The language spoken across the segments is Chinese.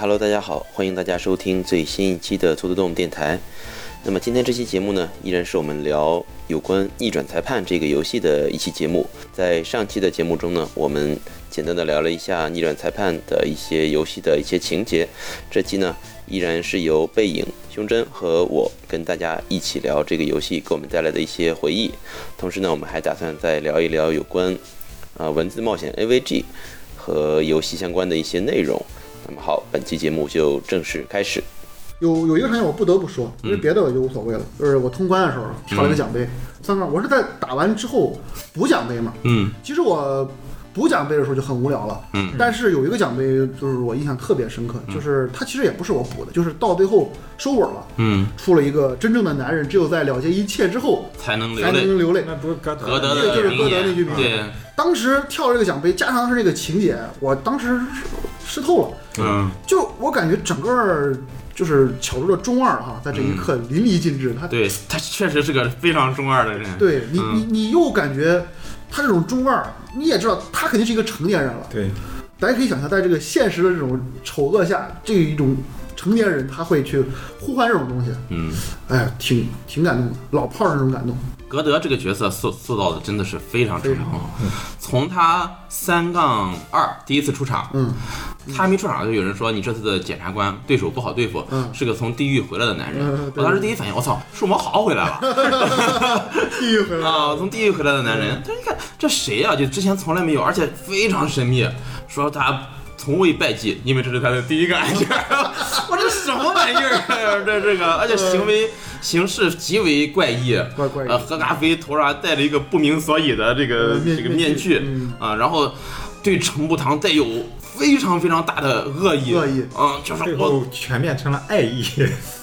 Hello，大家好，欢迎大家收听最新一期的兔子洞电台。那么今天这期节目呢，依然是我们聊有关《逆转裁判》这个游戏的一期节目。在上期的节目中呢，我们简单的聊了一下《逆转裁判》的一些游戏的一些情节。这期呢，依然是由背影、胸针和我跟大家一起聊这个游戏给我们带来的一些回忆。同时呢，我们还打算再聊一聊有关啊、呃文字冒险 AVG 和游戏相关的一些内容。那么好，本期节目就正式开始。有有一个场景我不得不说，因为嗯别的我就无所谓了。就是我通关的时候刷了个奖杯，三块，我是在打完之后补奖杯嘛。嗯，其实我补奖杯的时候就很无聊了。嗯，但是有一个奖杯就是我印象特别深刻，就是它其实也不是我补的，就是到最后收尾了，嗯，出了一个真正的男人只有在了结一切之后才能流才泪。能流泪。那不是格德格德对就是的名格德那句言，名对，当时跳这个奖杯，加上是这个情节，我当时是湿透了。嗯，就我感觉整个儿就是巧如的中二哈，在这一刻淋漓尽致，他对他确实是个非常中二的人。对你，嗯你你又感觉他这种中二，你也知道他肯定是一个成年人了。对，大家可以想象，在这个现实的这种丑恶下，这一种成年人他会去呼唤这种东西，嗯，哎呀，挺挺感动的，老炮儿那种感动。格德这个角色塑塑造的真的是非常成功。从他三杠二第一次出场，嗯，他还没出场就有人说你这次的检察官对手不好对付，嗯是个从地狱回来的男人。嗯对我当时第一反应，我操，树毛豪回来 了。第一回 嗯啊，从地狱回来的男人，但是你看这谁啊呀、就之前从来没有，而且非常神秘，说他从未败绩，因为这是他的第一个案件。 我这什么玩意儿？啊这这个，而且行为行事极为怪异。怪怪呃，的，何咖啡头上戴了一个不明所以的这个呃面这个面面具具嗯啊，然后对陈步堂带有非常非常大的恶意，恶意啊，就是最我，后全变成了爱意，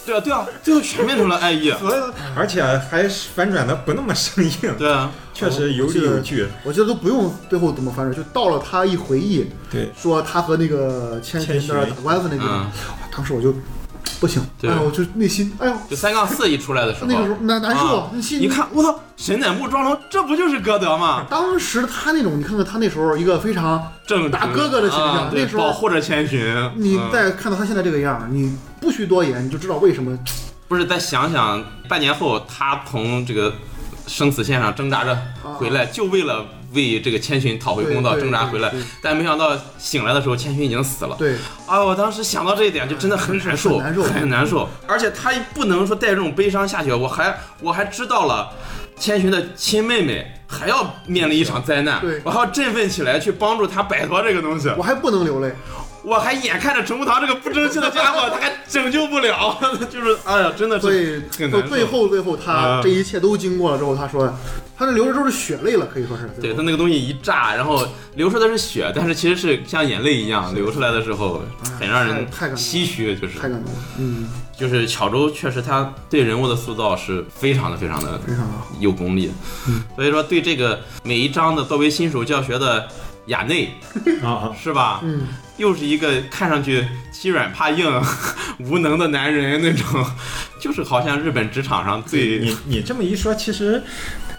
对啊对啊，最后全变成了 爱意，所以而且还是反转的不那么生硬，对啊，确实有理有据。我觉得都不用最后怎么翻转，就到了他一回忆，对，说他和那个千千寻在那儿寻打官司那个，嗯哇当时我就不行，哎对呀，我就内心，哎呦，就三杠四一出来的时候，那个时候难难受啊，内心一看，我操，神乃木庄龙，这不就是歌德吗？当时他那种，你看看他那时候一个非常，正直大哥哥的形象啊对那时候保护着千寻。你嗯再看到他现在这个样儿，你不需多言，你就知道为什么。不是再想想半年后他从这个生死线上挣扎着回来，就为了为这个千寻讨回公道，啊对对挣扎回来对对。但没想到醒来的时候，千寻已经死了。对，啊，我当时想到这一点就真的很难受，嗯很难受很难受。而且他不能说带着这种悲伤下去，我还我还知道了千寻的亲妹妹还要面临一场灾难，对我还要振奋起来去帮助她摆脱这个东西。我还不能流泪，我还眼看着程步堂这个不争气的家伙，他还拯救不了， 就是哎呀，真的所是以很到难受。最后最后他啊这一切都经过了之后，他说，他这流着都是血泪了，可以说是。对最后他那个东西一炸，然后流出的是血，但是其实是像眼泪一样流出来的时候，很让人哎太太感动了唏嘘。就是太感动了，嗯，就是巧周确实他对人物的塑造是非常的非常的非常好。有功力，嗯所以说对这个每一章的作为新手教学的亚内啊，是吧？嗯，又是一个看上去欺软怕硬、 无能的男人那种，就是好像日本职场上最你你这么一说，其实。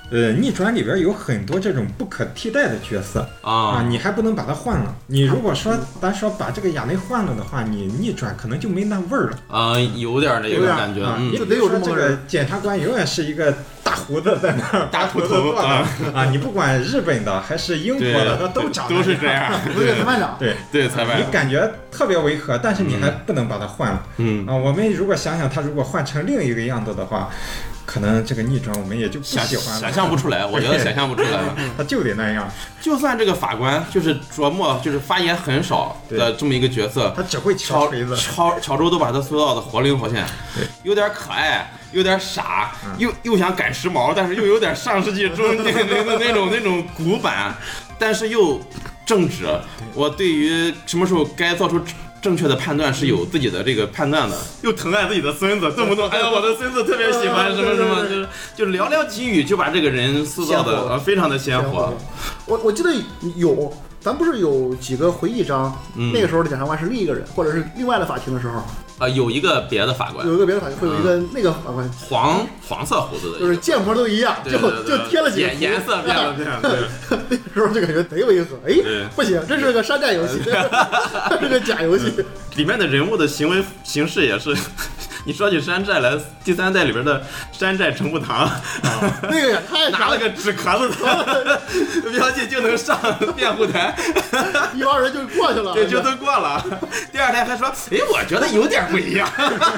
呃，逆转里边有很多这种不可替代的角色啊，啊，你还不能把它换了。你如果说咱说把这个亚内换了的话，你逆转可能就没那味儿了。啊，有点那个感觉，啊，嗯你就比得有如这说么这个人个检察官永远是一个大胡子在那儿，大胡秃 子头坐那儿啊，你不管日本的还是英国对的，他，都长都是那这样， 我是裁判长，对，对，裁你判，感觉特别违和，但是你还不能把它换了、嗯，啊。我们如果想想他如果换成另一个样子的话，可能这个逆转我们也就不想喜欢想了，象不出来，我觉得想象不出来。 他就得那样，就算这个法官就是琢磨，就是发言很少的这么一个角色，他只会敲乔锤子。乔乔周都把他塑造的活灵活现对，有点可爱，有点傻，嗯又又想赶时髦，但是又有点上世纪中年那那那 种那种古板，但是又正直。我对于什么时候该做出正正确的判断是有自己的这个判断的，又疼爱自己的孙子，动不动哎呀我的孙子特别喜欢什么什么，就是就是寥寥几语就把这个人塑造鲜活的呃非常的鲜然后活。我我记得有咱不是有几个回忆章，嗯那个时候的检察官是另一个人，或者是另外的法庭的时候，啊，有一个别的法官有，一个别的法庭会有一嗯个那个法官，黄黄色胡子的一就个，是建模都一样，对就对对就贴了几个颜颜色变了变了，对 那时候就感觉贼违和，哎对，不行，这是个山寨游戏， 这是个假游戏。 里面的人物的行为形式也是。你说起山寨来，第三代里边的山寨陈步 堂，那个也太嗯拿假了个纸壳子的标记就能上辩护台，一帮人就过 去了，这就都过了。第二台还说，哎，我觉得有点不一样，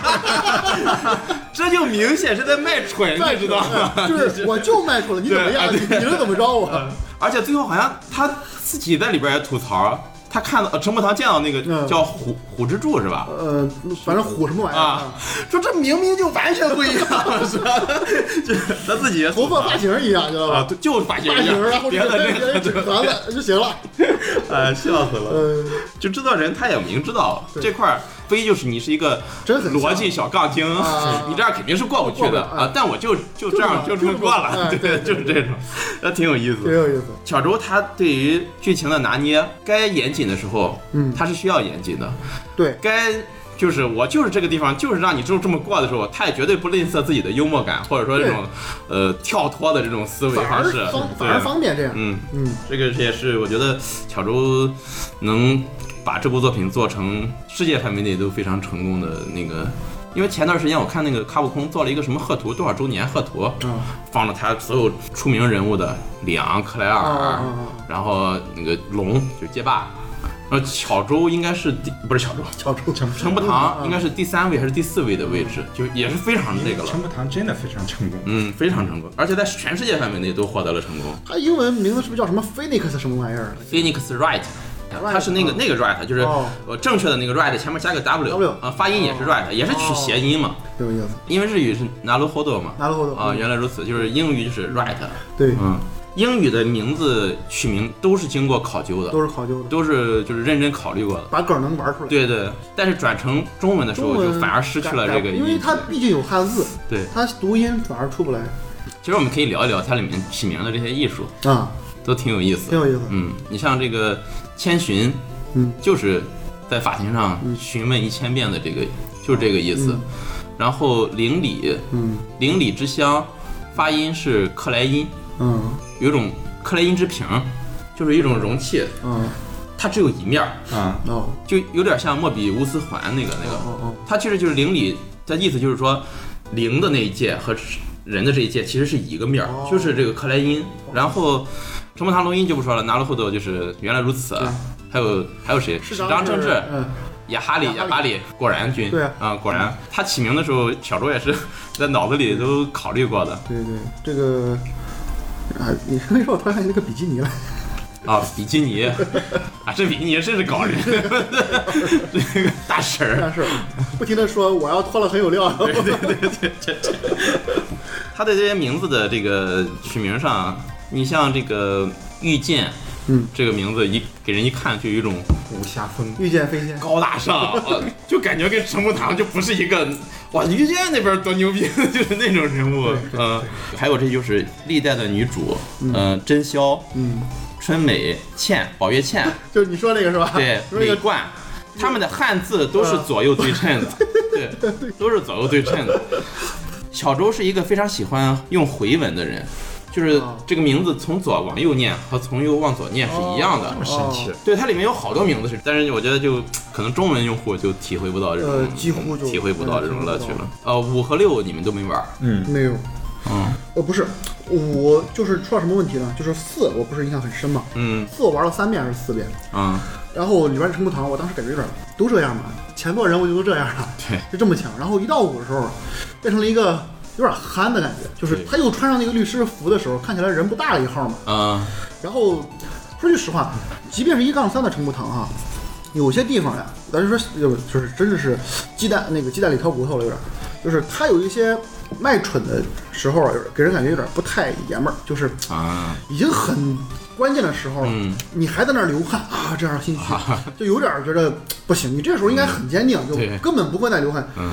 这就明显是在卖蠢，卖你出知道吗？来，嗯就是我就卖出了，你怎么样？对你你是怎么着我？而且最后好像他自己在里边也吐槽，他看到呃陈步堂见到那个嗯叫虎虎之柱是吧？呃，反正虎什么玩意儿嗯啊，说这明明就完全不一样， 是吧？就他自己也头吐槽发发型一样，知道啊，吧？对，就发型发一样型，然后别的别那个人纸对，盒 子就行了。哎，笑死了。呃，就制作人他也明知道对这块儿，非就是你是一个真很像逻辑小杠精啊， 你这样肯定是过不去过不的了哎啊。但我就就这样就这就么这么过哎了，对对， 就是这种，那挺有意思挺的。有意思。小周他对于剧情的拿捏，该严谨的时候，嗯他是需要严谨的，对，该。就是我就是这个地方，就是让你这么这么过的时候，他也绝对不吝啬自己的幽默感，或者说这种，呃，跳脱的这种思维反方而式，方反对而方便这样。嗯，嗯，这个也是我觉得小周能把这部作品做成世界范围内都非常成功的那个。因为前段时间我看那个卡普空做了一个什么贺图多少周年贺图，啊放了他所有出名人物的里昂、克莱啊啊尔，啊！然后那个龙就是街霸，然后小周应该是第不是小周，巧出陈陈步嗯堂嗯应该是第三位还是第四位的位置，就也是非常那个了陈，步堂真的非常成功。嗯，非常成功，而且在全世界范围内都获得了成功。他英文名字是不是叫什么 Phoenix 什么玩意儿 Phoenix Wright。它是那个嗯那个 right，就是哦呃正确的那个 right 前面加个 W 哦 w，啊发音也是 right，也是取谐音嘛，有意思。因为日语是 naruhodo 嘛，拿了后头啊原来如此，就是英语就是 right，对，嗯，英语的名字取名都是经过考究的，都是考究的，都是就是认真考虑过的，把梗能玩出来。对对，但是转成中文的时中候文就反而失去了改这个意义，因为它毕竟有汉字，对，它读音反而出不来其实我们可以聊一聊它里面起名的这些艺术，啊，都挺有意思挺，有意思。嗯，你像这个千寻，嗯，就是在法庭上询问一千遍的这个，就是这个意思。嗯然后邻里，嗯邻里之乡，发音是克莱因，嗯有一种克莱因之瓶，就是一种容器，嗯，它只有一面儿，啊，哦就有点像莫比乌斯环那个那哦个，哦它其实就是邻里，它意思就是说，零的那一届和人的这一届其实是一个面儿哦，就是这个克莱因。然后，陈木堂龙音就不说了，拿了后头就是原来如此啊对，还有还有谁？哦，张正治、嗯，雅哈里、雅哈雅里巴里，果然君。对啊啊、果然，他起名的时候，小周也是 在脑子里都考虑过的对对，这个啊，你 为什么我突然想起那个比基尼来？啊。比基 尼啊，这比基尼真是搞人， 这个大神儿。但是不停的说我要脱了很有料，他在这些名字的这个取名上，你像这个遇见，嗯，这个名字一给人一看就有一种武侠风哦御剑飞仙。高大上，呃就感觉跟陈木堂就不是一个哇，遇见那边多牛逼， 就是那种人物，嗯，还有这就是历代的女主，嗯，真宵、嗯，春美、倩、宝月倩，就是你说那个是吧？对，啊说那美个冠，他们的汉字都是左右对称 的，对，都是左右对称的。小周是一个非常喜欢用回文的人，就是哦这个名字从左往右念和从右往左念是一样的。哦神奇，对，它里面有好多名字是，但是我觉得就可能中文用户就体会不到这种，呃几乎就体会不到这种乐趣嗯了。呃，五和六你们都没玩儿，嗯，没有。嗯哦，不是，我就是出了什么问题呢？就是四，我不是印象很深嘛。嗯四我玩了三遍还是四遍？嗯，然后里边的陈木堂，我当时感觉有点都这样吧，前作人物就都这样了，对，就这么强。然后一到五的时候，变成了一个有点憨的感觉，就是对他又穿上那个律师服的时候，看起来人不大了一号嘛。嗯然后说句实话，即便是一杠三的陈木堂啊，有些地方呀，咱就说就是就是真的是鸡蛋那个鸡蛋里挑骨头了，有点，就是他有一些卖蠢的时候啊，有点给人感觉有点不太爷们儿，就是啊，已经很关键的时候了，啊嗯你还在那儿流汗啊，这样心虚，就有点觉得不行。你这时候应该很坚定，就对根本不会再流汗。嗯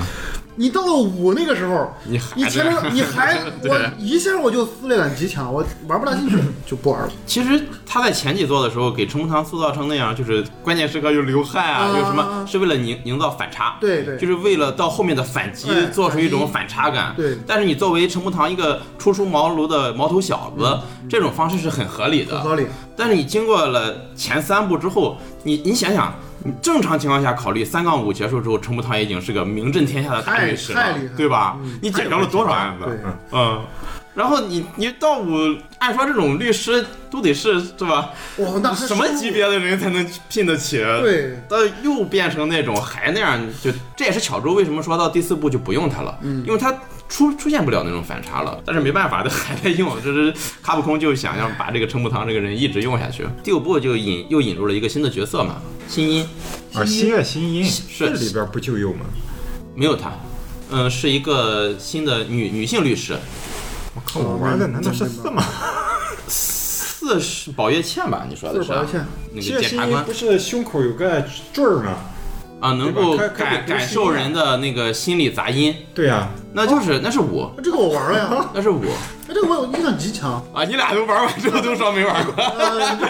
你到了五那个时候，你还你前面你还 我一下我就撕裂感极强，我玩不大进去，就不玩了。其实他在前几座的时候给陈木堂塑造成那样，就是关键时刻又流汗啊，啊又什么，是为了营营造反差。对对就是为了到后面的反击哎做出一种反反差感。对但是你作为陈木堂一个初出茅庐的毛头小子，这种方式是很合理的。嗯很合理。啊但是你经过了前三部之后，你你想想。你正常情况下考虑，三杠五结束之后，陈木堂已经是个名震天下的大太律师太厉了害了，嗯对吧？你太有紧张了名多少气了案子？对，嗯，然后你你到我，按说这种律师都得是是吧？哇，那还什么收入级别？啊的人才能聘得起？，对，到又变成那种还那样，就这也是巧周为什么说到第四部就不用他了，嗯因为他出出现不了那种反差了。但是没办法，他还在用，就是卡普空就想要把这个陈木堂这个人一直用下去。第五部就引又引入了一个新的角色嘛，新一啊，新月新音是这里边不就有吗？没有他，嗯、是一个新的女女性律师，哦我靠，我玩的难道是四吗？四是保月倩吧？你说就的是是保啊卫线。那新个月检新察音官不是胸口有个坠儿吗？啊，能够对吧可可以感读感心哦受啊人的那个心理杂音，对啊呀，那就是那是我，这个我玩了 呀，那是我哎，这个我有印象极强。呃啊！你俩都玩完之后都说没玩过，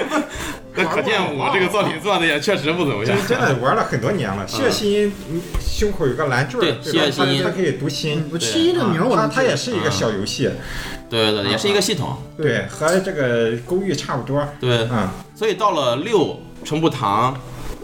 那可见我这个作品做的也确实不怎 么样真。真的玩了很多年了。新月新音嗯胸口有个蓝坠儿，对新月吧？它新音它可以读心。我七一这名儿我它能它记也是一个小游戏，对对对，也是一个系统。嗯对，和这个勾玉差不多。对，嗯，所以到了六，陈步堂、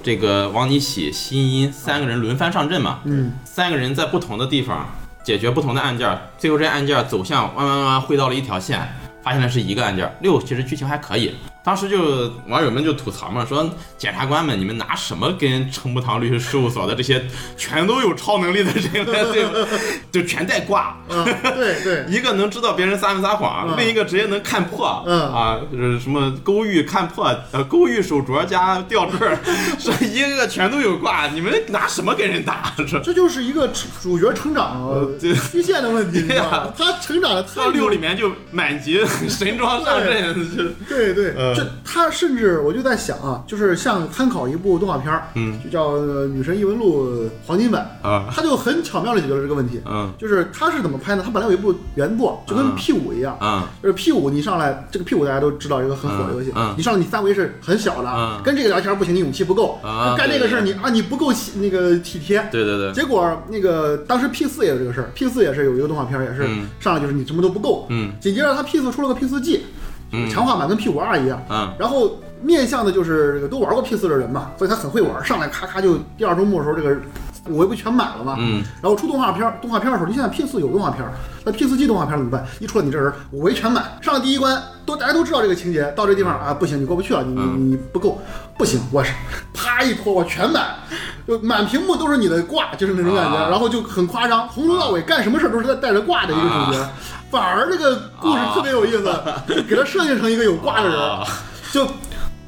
这个王尼喜、新音三个人轮番上阵嘛，嗯，三个人在不同的地方解决不同的案件，最后这案件走向弯弯弯弯汇到了一条线，发现了是一个案件。六其实剧情还可以，当时就网友们就吐槽嘛，说检察官们你们拿什么跟陈木堂律师事务所的这些全都有超能力的人来对付，就全带挂。嗯，对对， 一个能知道别人撒没撒谎，嗯另一个直接能看破，嗯啊，就是什么勾玉看破，呃，勾玉手镯加吊坠儿， 是一个全都有挂，你们拿什么跟人打？ 是这就是一个主角成长呃对曲线的问题，对呀 是吧他成长的太到六里面就满级神装上阵，就对对，嗯这他甚至我就在想啊，就是像参考一部动画片儿，嗯，就叫呃《女神异闻录》黄金版，啊，他就很巧妙的解决了这个问题。嗯就是他是怎么拍呢？他本来有一部原作，就跟嗯 P 五一样。啊，就是 P 五，你上来这个 P 五大家都知道，一个很火的游戏。嗯嗯你上来你三维是很小的，嗯跟这个聊天不行，你勇气不够。啊干这个事儿你对啊你不够体那个体贴。对对对，结果那个当时 P 四也有这个事儿，P 四也是有一个动画片儿，也是嗯上来就是你什么都不够。嗯紧接着他 P 四出了个 P 四 G，嗯强化版跟 P 五二一样。嗯然后面向的就是这个都玩过 P 四的人嘛，所以他很会玩，上来咔咔就第二周末的时候这个五位不全买了嘛。嗯，然后出动画片儿，动画片儿的时候，你现在 P 四有动画片儿，那 P 四 G 动画片儿怎么办？一出来你这人五维全满，上了第一关都大家都知道这个情节，到这地方啊不行，你过不去了，你你你不够，不行，我是啪一拖我全满，就满屏幕都是你的挂，就是那种感觉，啊然后就很夸张，从头到尾干什么事儿都是在带着挂的一个主角，反而这个故事特别有意思，给他设计成一个有挂的人。啊就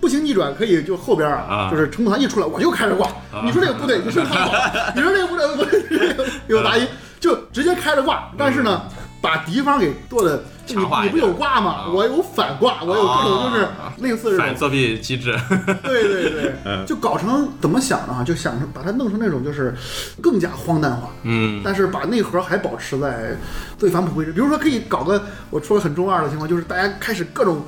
不行逆转可以就后边啊啊就是陈木堂一出来我就开始挂，你说这个不对，你说他挂，你说这个不对，不对，有答疑就直接开着挂，但是呢，把敌方给做的。就你强化你一不点有挂吗？啊我有反挂，我有各种就是啊类似这种反作弊机制，对对对，就搞成怎么想的啊？就想成把它弄成那种就是更加荒诞化，嗯但是把内核还保持在最返璞归真。比如说，可以搞个我说很中二的情况，就是大家开始各种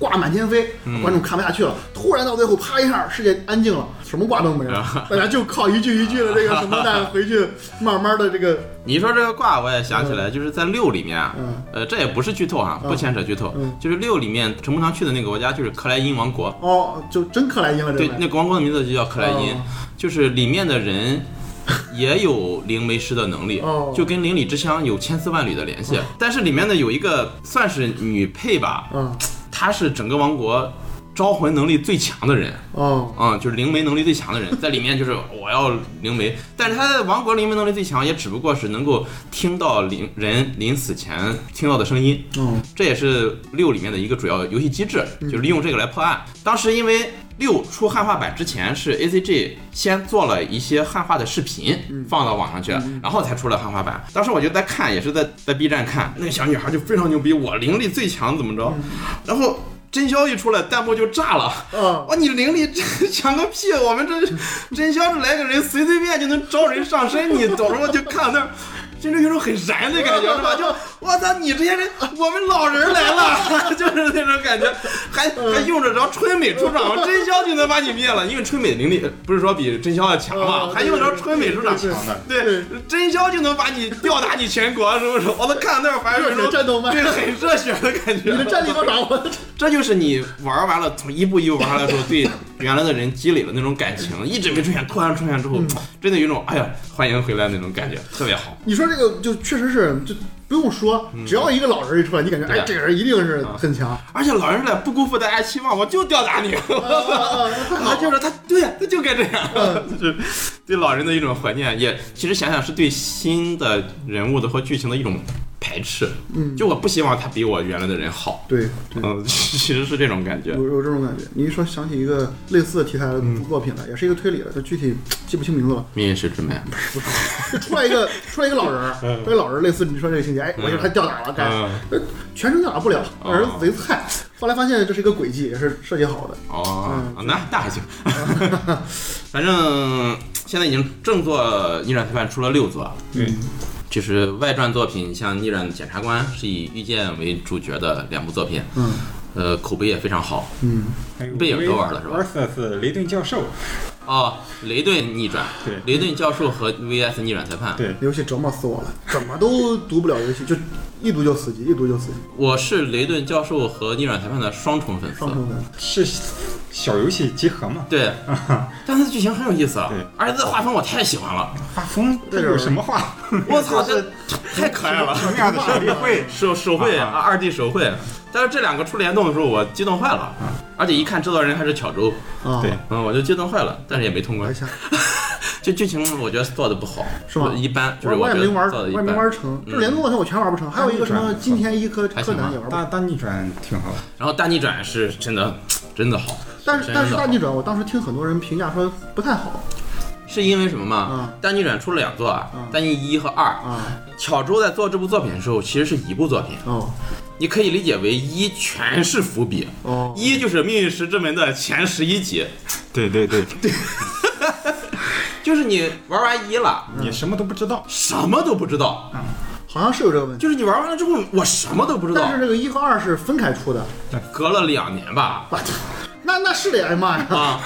挂满天飞，嗯观众看不下去了，突然到最后啪一下，世界安静了，什么挂都没啊了，大家就靠一句一句的这个什么的回去，慢慢的这个你说这个挂，我也想起来，就是在六里面啊嗯，呃，这也不是剧透啊，不牵扯剧透嗯，就是六里面陈木堂去的那个国家就是克莱因王国，哦，就真克莱因了这对，个。那个王国的名字就叫克莱因，哦就是里面的人也有灵媒师的能力，哦就跟灵里之乡有千丝万缕的联系。但是里面呢有一个算是女配吧，嗯她是整个王国招魂能力最强的人，哦嗯，就是灵媒能力最强的人，在里面就是我要灵媒，但是他在王国灵媒能力最强，也只不过是能够听到灵人临死前听到的声音，哦这也是六里面的一个主要游戏机制，就是利用这个来破案。当时因为六出汉化版之前是 A C G 先做了一些汉化的视频放到网上去，然后才出了汉化版。当时我就在看，也是在在 B 站看，那个小女孩就非常牛逼，我灵力最强怎么着？然后真消息出来，弹幕就炸了。哦，啊哇，你灵力这强个屁！啊我们这真消这来个人随随便就能招人上身，你走什么就看那儿。真正有种很燃的感觉，是吧？就我操，你这些人，我们老人来了， 就是那种感觉，还嗯还用得着春美处长吗？真宵就能把你灭了，因为春美能力不是说比真宵要强嘛，啊还用得着春美处长对对强的对，真宵就能把你吊打你全国，是不是？我都看那儿反正有一热血种战斗漫对，很热血的感觉。你的战力多少？我的这就是你玩完了，从一步一步玩完了之后，对原来的人积累了那种感情，一直没出现，突然出现之后，真的有一种哎呀欢迎回来那种感觉，特别好。你说这个就确实是，就不用说，只要一个老人一出来，你感觉嗯对啊哎，这个人一定是很强。而且老人来不辜负大家期望，我就吊打你，啊 他就是他，对，他就该这样，就是对老人的一种怀念，也其实想想是对新的人物的或剧情的一种排斥。嗯，就我不希望他比我原来的人好。对，嗯，其实是这种感觉。有有这种感觉。你一说想起一个类似的题材的嗯作品来，也是一个推理的，但具体记不清名字了。命运石之门，就出来一 个出来一个老人儿，出来一个老人儿类似你说这个情节，哎，我就他吊打了，该嗯呃全程吊打不了，哦儿子贼菜。后来发现这是一个诡计，也是设计好的。哦嗯，那那还行， 反正现在已经正作逆转裁判出了六作了。对，就是外传作品，像《逆转检察官》是以遇见为主角的两部作品，嗯呃，口碑也非常好。嗯，还有背影都玩了是吧 VS 雷顿教授，哦，雷顿逆转，对雷顿教授和 VS 逆转裁判，对，游戏折磨死我了，怎么都读不了游戏，就一读就死机，一读就死机，我是雷顿教授和逆转裁判的双重粉丝上。头的。是小游戏集合嘛？对，但它的剧情很有意思啊对，而且它的画风我太喜欢了，画风这有什么画？我操，这太可爱了， 什么样的手力 会？手手绘啊啊，二 D 手绘。但是这两个出联动的时候，我激动坏了，而且一看制作人还是巧周，啊，对嗯，我就激动坏了，但是也没通关玩一。下，这剧情我觉得做的不好，哎是吗一般，就是我我也觉没得玩，做我的一也般。没玩成。这联动的话我全玩不成，还有一个什么今天一柯柯还行吧南也玩不成。大大逆转挺好，然后大逆转是真的，真的好，但是真的但是大逆转，我当时听很多人评价说不太好是因为什么嘛嗯？大逆转出了两座啊嗯，大逆一和二。啊巧周在做这部作品的时候，其实是一部作品，哦你可以理解为一全是伏笔，哦，一就是命运石之门的前十一集，对对对，就是你玩完一了，你什么都不知道，什么都不知道，好像是有这个问题。就是你玩完了之后，我什么都不知道但是。这个一和二是分开出的，隔了两年 吧，我操，那那是得挨骂 呀！啊，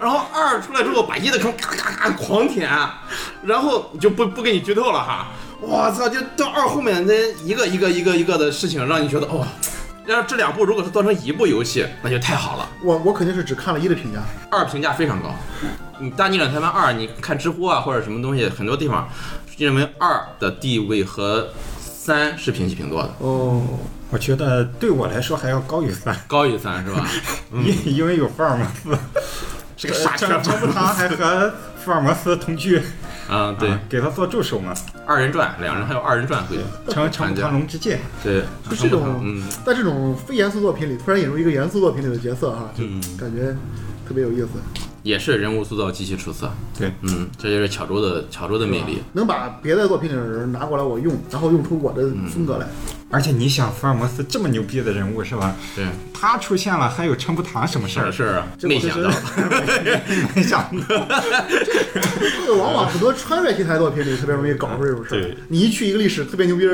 然后二出来之后把一的坑咔咔咔狂舔，然后就不不给你剧透了哈。我操，就到二后面那一个一个一个一个的事情，让你觉得哦，让这两部如果是做成一部游戏，那就太好了。我我肯定是只看了一的评价，二评价非常高。你《大逆转裁判二》，你看知乎啊或者什么东西，很多地方认为二的地位和三是平起平坐的，哦，我觉得对我来说还要高于三，高于三 是吧？因 因为有福尔摩斯，嗯呃是个傻缺张张步堂还和福尔摩斯同居，啊！对啊，，给他做助手 嘛，二人转，两人还有二人转会，成成不堂龙之介，对，就这种嗯，在这种非严肃作品里突然引入一个严肃作品里的角色哈，就嗯感觉特别有意思，也是人物塑造极其出色。对，嗯，这就是巧周的巧周的魅力。能把别的作品里的人拿过来我用，然后用出我的风格来，嗯而且你想福尔摩斯这么牛逼的人物是吧？对，他出现了，还有成不堂什么事这儿？事儿啊这没我就想是到， 没想到，这个往往很多穿越题材作品里特别容易搞出这种事对儿。你一去一个历史特别牛逼的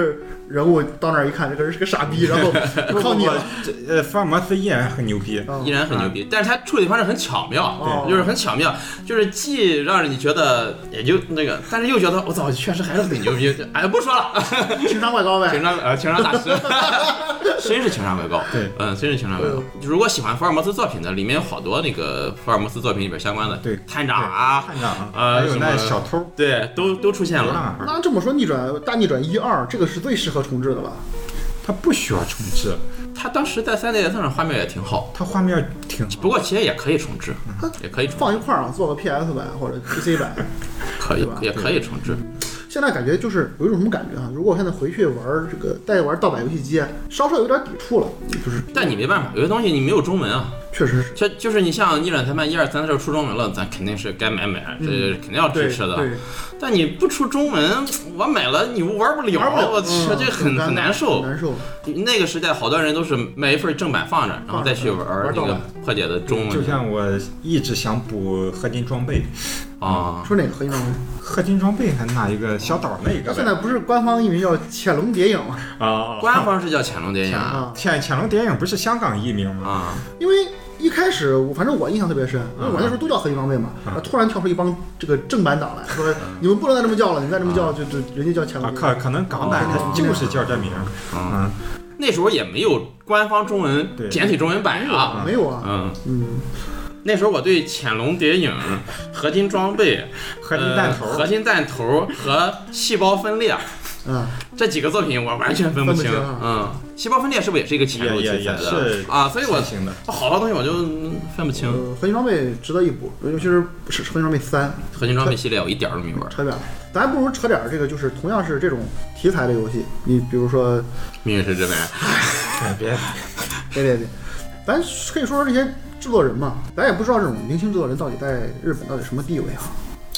人物到那儿一看，这个人是个傻嗯逼，然后就 靠你了。这呃，福尔摩斯依然很牛逼，啊依然很牛逼，但是他处理方式很巧妙，对就是很巧妙，就是既让你觉得也就那个，但是又觉得我操，确实还是很牛逼。就哎，不说了，情商怪高 情呗。商呃情商大 师，真是情商怪高。对，嗯，真是情商怪高。如果喜欢福尔摩斯作品的，里面有好多那个福尔摩斯作品里边相关的，对探长啊，探长还呃有那什么小偷对，都都出现流了。浪儿，那这么说，逆转大逆转一二，这个是最适合重置的了。他不需要重置，他当时在三 DS 上画面也挺好，他画面挺好不过其实也可以重置，嗯也可以重置，放一块儿啊，做个 PS 版或者 PC 版。 可以对吧也可以重置。现在感觉就是有一种什么感觉啊？如果我现在回去玩啊这个再玩盗版游戏机，稍稍有点抵触了，就是但你没办法，有些东西你没有中文啊，确实是。这就是你像逆转裁判一二三，这出中文了，咱肯定是该买买，这肯定要支对持的。嗯对，但你不出中文，我买了你玩不了，玩不了我去，嗯这很尴尬很难受。很难受。那个时代，好多人都是买一份正版放着，然后再去玩嗯玩那盗个版破解的中就文像我一直想补合金装备，啊。说哪个合金装备？合金装备还哪一个小岛那那个现在呗？不是官方译名叫《潜龙谍影》吗？啊，官方是叫《潜龙谍影》啊啊，潜潜龙谍影不是香港译名嗯吗？啊，因为一开始我反正我印象特别深，因为我那时候都叫合金装备嘛，然后突然跳出一帮这个正版党来说，你们不能再这么叫了，你再这么叫就就人家叫潜龙啊，谍影。可可能港版哦它就是叫这名儿，嗯，那时候也没有官方中文对简体中文版啊。没有啊，嗯，嗯，那时候我对《潜龙谍影》《合金装备》合金弹头呃合金弹头和细胞分裂啊，这几个作品，我完全分不清。分不清啊嗯，细胞分裂是不是也是一个潜也入题也材也的是啊？所以我行的。好多东西我就嗯分不清。呃，合金装备值得一补，尤其是是合金装备三，合金装备系列我一点儿都没玩。扯远了，咱不如扯点儿这个就是同样是这种题材的游戏，你比如说命运是之门哎别别别别，咱可以说说这些制作人嘛，咱也不知道这种明星制作人到底在日本到底什么地位啊。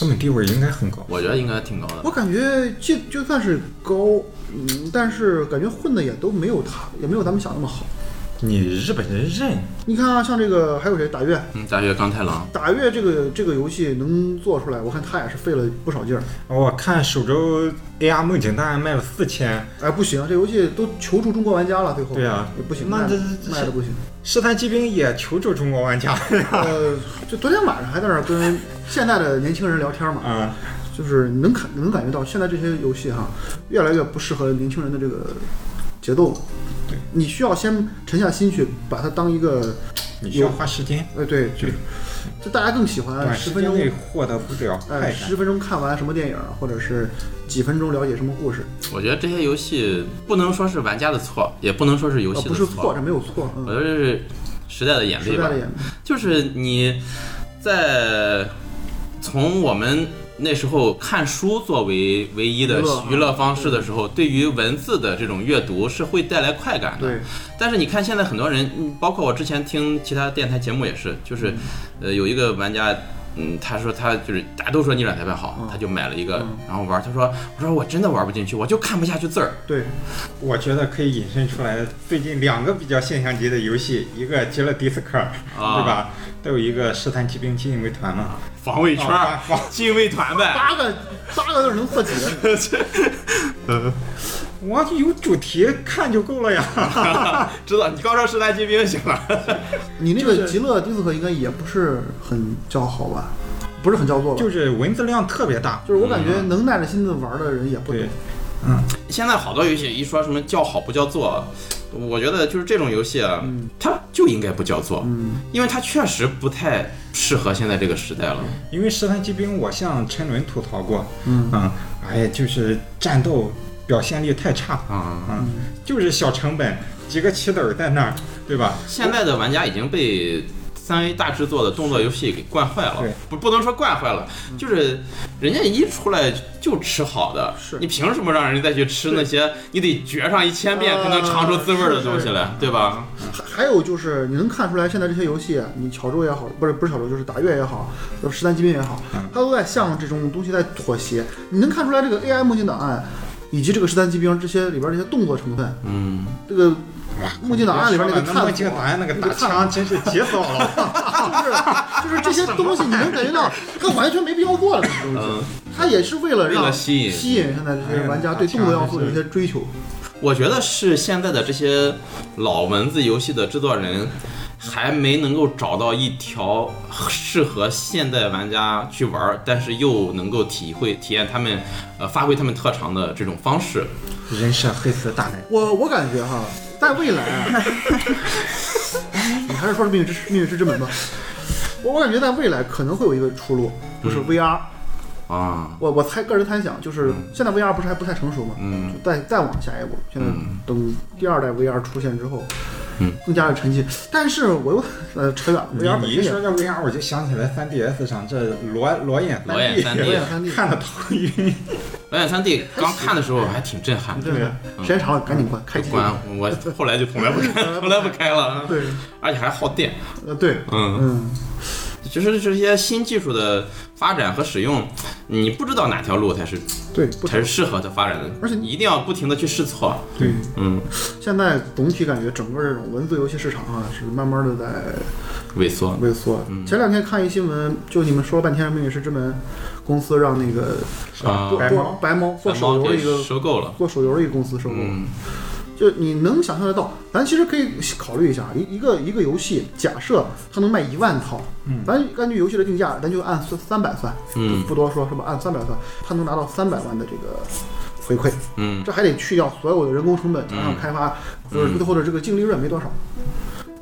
他们地位应该很高。我觉得应该挺高的。我感觉就就算是高，嗯，但是感觉混的也都没有他，也没有咱们想那么好。你日本人认，你看啊，像这个还有谁打月，嗯，大学刚太郎，打月这个这个游戏能做出来，我看他也是费了不少劲儿。我看首周 AR 梦境档案卖了四千，哎，不行，这游戏都求助中国玩家了，最后对啊也不行，那卖这的这卖的 不行。试探骑兵也求助中国玩 家。呃，就昨天晚上还在那儿跟现在的年轻人聊天嘛，啊，就是能感能感觉到现在这些游戏哈，越来越不适合年轻人的这个节奏了。你需要先沉下心去，把它当一个，你需要花时间，呃，对，就就大家更喜欢呃短十时分间钟内，获得不了快哎，感十。分钟看完什么电影，或者是几分钟了解什么故事，我觉得这些游戏不能说是玩家的错，也不能说是游啊，戏不的是错，这没有错，嗯，我觉得这是时代的眼时泪吧代的。眼就是你在从我们那时候看书作为唯一的娱乐娱乐方式的时候，对于文字的这种阅读是会带来快感的对。，但是你看现在很多人，嗯包括我之前听其他电台节目也是，就是呃有一个玩家。嗯，他说他就是大家都说逆转裁判好，他就买了一个，然后玩。他说，我说我真的玩不进去，我就看不下去字儿。对，我觉得可以引申出来，最近两个比较现象级的游戏，一个《极乐迪斯科》，啊对吧？都有一个《试探骑兵精英卫团》嘛。防卫圈哦儿、禁卫团呗，八个八个字能做几个？ 我有主题看就够了呀。 知道？你刚说时代骑兵行了。你那个极乐迪斯科应该也不是很叫好吧？不是很叫座吧？嗯就是文字量特别大。就是我感觉能耐着心子玩的人也不多对。，现在好多游戏一说什么叫好不叫座，我觉得就是这种游戏啊，它就应该不叫座，嗯因为它确实不太适合现在这个时代了。因为《十三骑兵》，我向陈伦吐槽过，嗯，哎，就是战斗表现力太差，啊嗯，就是小成本，几个棋子儿在那儿，对吧？现在的玩家已经被三 A 大制作的动作游戏给惯坏了对，不不能说惯坏了，就是人家一出来就吃好的，是你凭什么让人再去吃那些你得嚼上一千遍才能尝出滋味儿的东西来，对吧？还还有就是，你能看出来现在这些游戏，啊你乔州也好，不是不是乔州，就是打月也好，就是十三机兵也好，它都在向这种东西在妥协。你能看出来这个 AI 梦境档案，以及这个十三机兵这些里边这些动作成分，嗯，这个梦境档案里边那个别说探索，了墨镜档案那个那大个探枪真是急死我了。就是就是这些东西，你能感觉到它完全没必要做了，这些东西，它也是为了嗯为了让吸引吸引现在这些玩家哎呀对动作要素大有一枪些追求。我觉得是现在的这些老文字游戏的制作人，还没能够找到一条适合现代玩家去玩儿，但是又能够体会体验他们，呃，发挥他们特长的这种方式。 人设黑丝大奶，我我感觉哈，在未来 啊，你还是说是命运之命运之之门吧。我我感觉在未来可能会有一个出路，就是嗯 VR。 啊，我我猜个人猜想，就是现在 VR 不是还不太成熟吗？嗯就再再往下一步，现在等第二代 VR 出现之后，嗯，更加的沉浸。但是我又呃扯远了你，VR 本你身一也说这 VR，我就想起来 3DS 上这裸裸眼裸眼我 3D，3D 也看那个 看的头晕。蓝哎眼三 D 刚看的时 候还挺震撼，对对，时间长了赶紧关，开机。关我后来就从来不开，从来不开了，对，而且还耗电。呃对，嗯，嗯，就是这些新技术的发展和使用，你不知道哪条路才是对，不才是适合它发展的，而且你一定要不停的去试错。对。嗯，现在总体感觉整个这种文字游戏市场啊，是慢慢的在萎缩。萎缩。嗯前两天看一新闻，就你们说了半天《命运石之门》公司让那个呃啊做白做猫白猫做蓝手猫游的给一个收购了。做手游的一个公司收购，嗯，就你能想象得到，咱其实可以考虑一下，一一个一个游戏，假设它能卖一万套，嗯咱根据游戏的定价，咱就按三三百算，嗯不多说是吧？按三百算，它能拿到三百万的这个回馈，嗯，这还得去掉所有的人工成本，加上嗯开发，就是或者这个净利润没多少。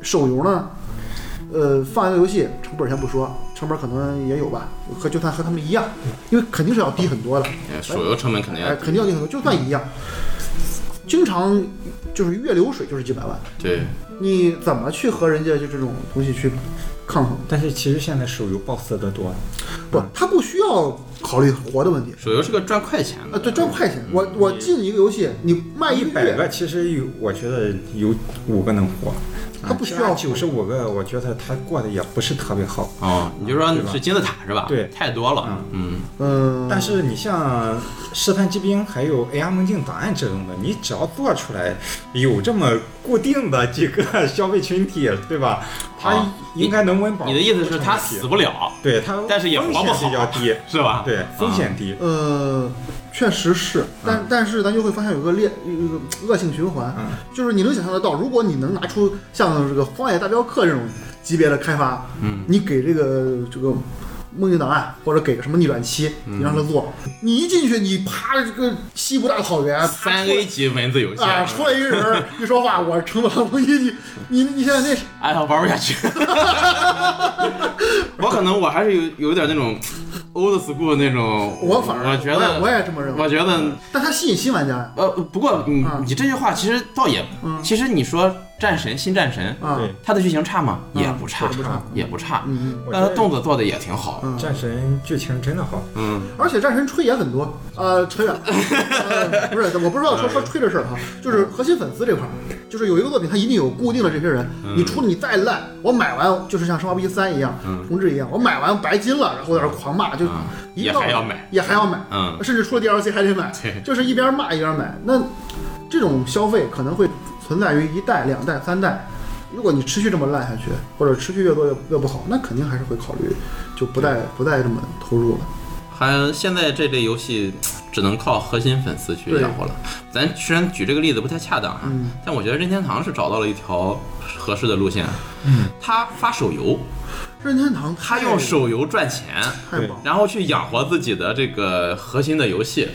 手游呢，呃，放一个游戏成本先不说，成本可能也有吧，和就算和他们一样，因为肯定是要低很多的，哎手游成本肯定要哎，肯定要低很多，就算一样，经常就是月流水就是几百万，对，你怎么去和人家就这种东西去抗衡？但是其实现在手游爆死的多，啊不，嗯他不需要考虑活的问题。手游是个赚快钱的。啊，对，赚快钱。我我进一个游戏，你卖一嗯一个百月，个其实有，我觉得有五个能活。他不需要九十五个，我觉得他过得也不是特别好。哦，你就说对吧是金字塔是吧？对太多了。嗯，嗯，但是你像《试探机兵》还有《AR 梦境档案》这种的，你只要做出来有这么固定的几个消费群体，对吧？他啊应该能温饱。你的意思是他不成死问题？不了，对他，但是也活风险不好啊比较低，是吧？对风险低。呃，确实是，但、嗯但是咱就会发现有个劣有个恶性循环，嗯就是你能想象得到，如果你能拿出像这个《荒野大镖客》这种级别的开发，嗯，你给这个这个。梦境档案，或者给个什么逆转期，嗯你让他做，你一进去，你啪，这个西部大草原，啪三出来 A 级文字游戏，啊，出来一个人儿一说话，我成王龙一，你你你现在那是哎呀，玩不下去。 我可能我还是有有点那种 old school 那种，我反正我觉我得也我也这么认为嗯我觉得但它吸引新玩家呀，呃，不过你嗯你这句话其实倒也，其实你说战神新战神，啊，对它的剧情差吗？嗯也不差也不差，也不差，嗯，我但它觉动得作做的也挺好。嗯战神剧情真的好。嗯，而且战神吹也很多，呃，扯远了、 呃，不是，我不知道说说吹这事儿哈，就是嗯核心粉丝这块儿，就是有一个作品，它一定有固定的这些人，嗯你出的你再烂，我买完就是像《生化危机三》一样，重置一样，我买完白金了，然后在那儿狂骂，就嗯一也到还要买，也还要买，嗯甚至出了 DLC 还得买对，就是一边骂一边买，那这种消费可能会存在于一代、两代、三代。如果你持续这么烂下去，或者持续越多越越不好，那肯定还是会考虑就不再不再这么投入了。还现在这类游戏只能靠核心粉丝去对养活了。咱虽然举这个例子不太恰当啊，嗯但我觉得任天堂是找到了一条合适的路线。嗯，他发手游，任天堂太他用手游赚钱，太棒了，然后去养活自己的这个核心的游戏，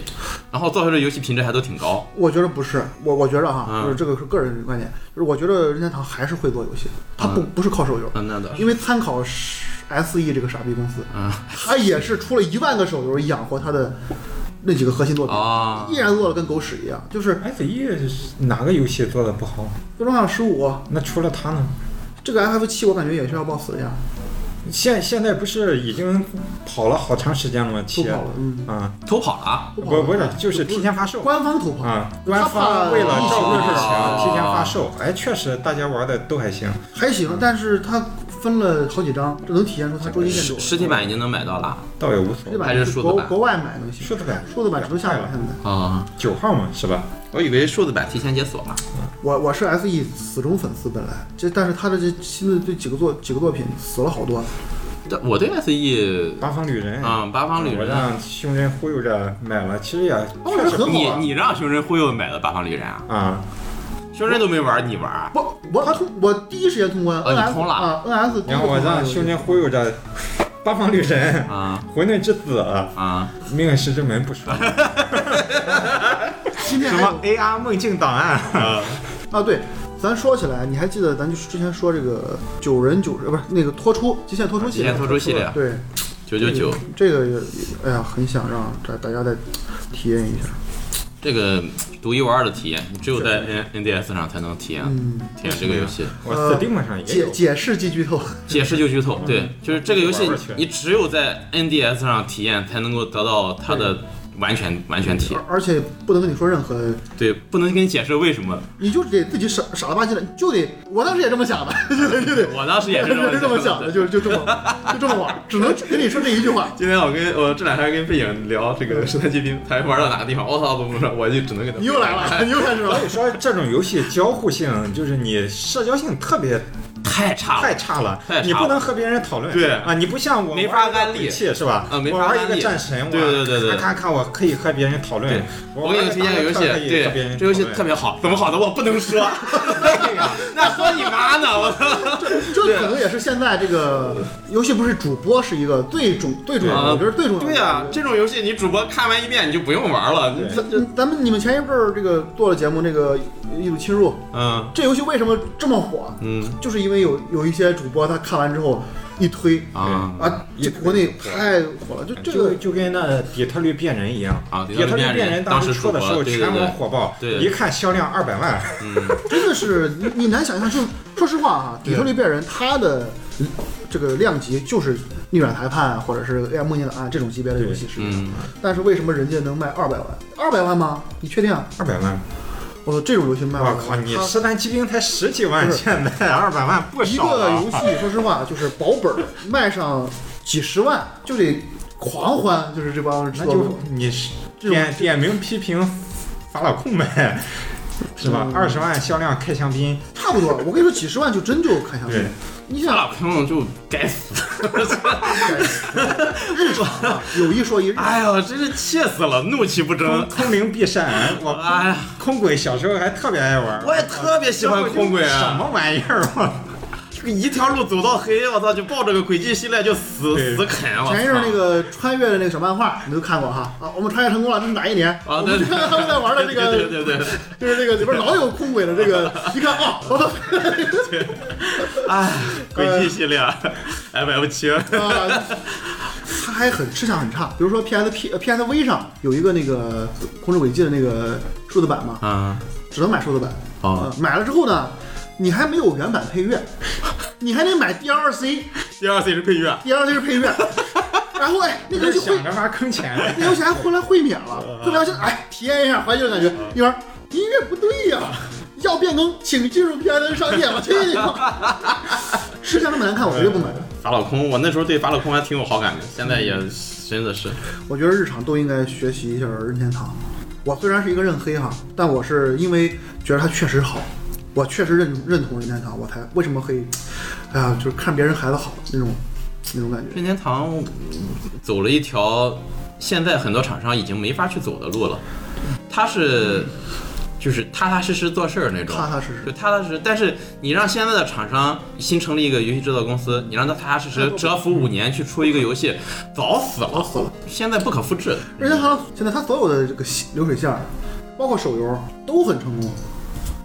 然后做出来的游戏品质还都挺高。我觉得不是，我我觉得哈，嗯就是这个是个人观点，就是我觉得任天堂还是会做游戏，他不、不是靠手游，嗯，那倒是。因为参考 S E 这个傻逼公司，嗯 他也是出了一万个手游养活他的那几个核心作品，啊依然做的跟狗屎一样，就是 F 一哪个游戏做的不好？最终幻想十五那除了他呢？这个 F F 七，我感觉也是要爆死一样，现现在不是已经跑了好长时间了吗？偷七跑了，嗯，啊，偷跑了啊，偷跑不了不是，就是提前发售官方偷跑，啊，官他怕方为了照顾市哦场提前发售，哎，确实大家玩的都还行。还行，但是他分了好几张，这能体现出他中心建筑，实体版已经能买到了啊倒也无所这谓。版还是是数字国版国外买的东西，数字版，数字版只能下也载快现在。啊。九号嘛，是吧？我以为数字版提前解锁了，我我是 S E 死忠粉丝，本来这但是他的这新的这几个作几个作品死了好多，但我对 SE 八方旅人，啊、八方旅哎我人，让凶人忽悠着买了，其实也我确觉得实很你好啊。你让熊人忽悠买的八方旅人啊，啊，熊人都没玩，你玩？不，我通我第一时间通关哦 N 你 S 通了啊 N S，然后我让凶人 忽悠着八方旅人、啊混沌之子、啊，命运石之门不说，今天什还么有 AR 梦境档案，啊对，咱说起来，你还记得咱就是之前说这个九人九十不是那个脱出极限脱出系列，啊极限脱出系列对嗯九九九，这个也哎呀很想让大大家再体验一下，这个独一无二的体验，你只有在 N NDS 上才能体验体验这个游戏。 我呃 Steam 上也解有，解释即剧透，解释就剧透，对，就是这个游戏玩儿去你只有在 NDS 上体验，才能够得到它的完全完全体验。 而且不能跟你说任何，对，不能跟你解释为什么。你就得自己傻傻了吧唧的，你就得，我当时也这么想的， 就得就得，我当时也是 这么这么想的，就就这么就这么玩，只能跟你说这一句话。今天我跟我这两天跟背影聊这个《十三骑兵》，他玩到哪个地方，我操，怎么说，我就只能给他。你又来 了，你又开始了所以。说这种游戏交互性就是你社交性特别太差太了，差了太差，了你不能和别人讨论。对啊，你不像我没法玩一个安利鬼泣是吧？啊没法我玩安一个利战神，我对对对对咔咔咔，我可以和别人讨论对。我给你推荐个游戏，对，这游戏特别。别好，怎么好的我不能说，对呀， 那说你妈呢，我操！这可能也是现在这个游戏不是主播是一个最主最重要的，啊我觉得最重要的。对呀，这种游戏你主播看完一遍你就不用玩了，你这咱咱们你们前一阵儿这个做了节目，这个一度侵入嗯这游戏为什么这么火？嗯就是因为有有一些主播他看完之后一推啊啊，这国内太火了，就这就个就跟那底特律变人一样啊底底特律特律变人变人当时当时出的时候火对对全对网火爆，对一看销量二百万，真的是你你难想象，就说实话啊，底特律变人他的嗯这个量级就是逆转裁判或者是《暗梦境档啊案》这种级别的游戏是，嗯，但是为什么人家能卖二百万？二百万吗？你确定啊？二百万，我说这种游戏卖二我百靠，万，你它十单骑兵才十几万，不是现在二百万不一少个了游。戏，说实话，就是保本儿卖上几十万就得狂欢，就是这帮制那作就者。你是这种点点名批评法老控呗，是吧？嗯二十万销量开香槟，啊差不多，我跟你说，几十万就真就看下去对。你想，咱俩朋友就该死， 日常啊，有一说一，日常哎呦，真是气死了，怒其不空争。空灵避善，我哎呀，空鬼小时候还特别爱玩，我也特别喜欢空鬼什啊，么玩意儿我。 这个一条路走到黑，我操，就抱着个轨迹系列就死对死啃，我操。前一阵儿那个穿越的那个小漫画，你都看过哈？啊，我们穿越成功了，这是哪一年？啊，我对们去对看看他们在玩的这对个，对对对， 就是这个里边老有空鬼的这 个，一看啊，我操，哎，轨呃迹系列，F 啊 F 七，啊，它还很吃相很差。比如说 PSP、PSV 上有一个那个《空之轨迹》的那个数字版嘛，嗯，只能买数字版。哦呃买了之后呢，你还没有原版配乐，你还得买 DLC，DLC 第二 C 是配乐，是配乐。 然后哎，那个游戏会想着法坑钱，那游戏还后来会免了，后来我想哎，体验一下怀旧的感觉。一会儿音乐不对呀、要变更，请进入 PSN 商店。我去你妈！吃相那么难看，我绝对不买。法老空，我那时候对法老空还挺有好感的，现在也真的是，我觉得日常都应该学习一下任天堂。我虽然是一个认黑哈，但我是因为觉得它确实好，我确实认认同任天堂，我才为什么黑，哎呀，就是看别人孩子好那种那种感觉。任天堂嗯走了一条现在很多厂商已经没法去走的路了，它是就是踏踏实实做事儿那种，踏踏实实就踏踏实实。但是你让现在的厂商新成立一个游戏制作公司，你让他踏踏实哎实蛰伏五年去出一个游戏，早死了，死了。现在不可复制。任天堂现在它所有的这个流水线儿，包括手游都很成功。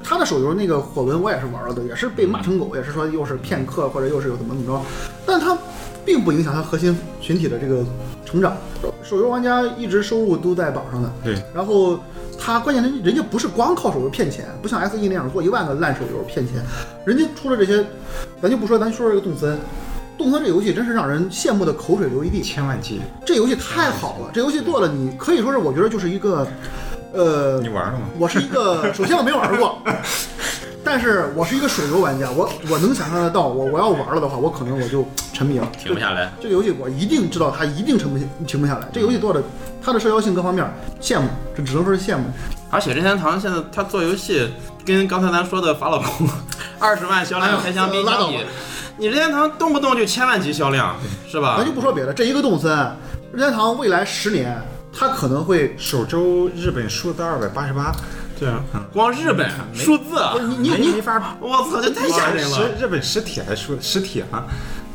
它的手游那个火纹我也是玩了的，也是被骂成狗，也是说又是骗客或者又是有怎么怎么着，但它并不影响它核心群体的这个成长。手游玩家一直收入都在榜上的，对，然后他关键人人家不是光靠手游骗钱，不像 S E 那样做一万个烂手游骗钱，人家出了这些，咱就不说，咱说这个动森，动森这游戏真是让人羡慕的口水流一地。 千万级，这游戏太好了，这游戏做了你可以说是我觉得就是一个，呃你，玩了吗？我是一个首先我没玩过， 但是我是一个手游玩家，我我能想象得到，我我要玩了的话，我可能我就沉迷了，停不下来，这个游戏我一定知道它一定沉不下停不下来。这游戏做的，它的社交性各方面羡慕，这只能说是羡慕。而且任天堂现在他做游戏，跟刚才咱说的法老 空二十万销量开香槟哎拉相倒比吧，你任天堂动不动就千万级销量，是吧咱？就不说别的，这一个动森，任天堂未来十年，它可能会首周日本输到二百八十八，对啊，光日本数字，啊不是你你没你没法，我操，这太吓人实了！日本实体还输实体啊，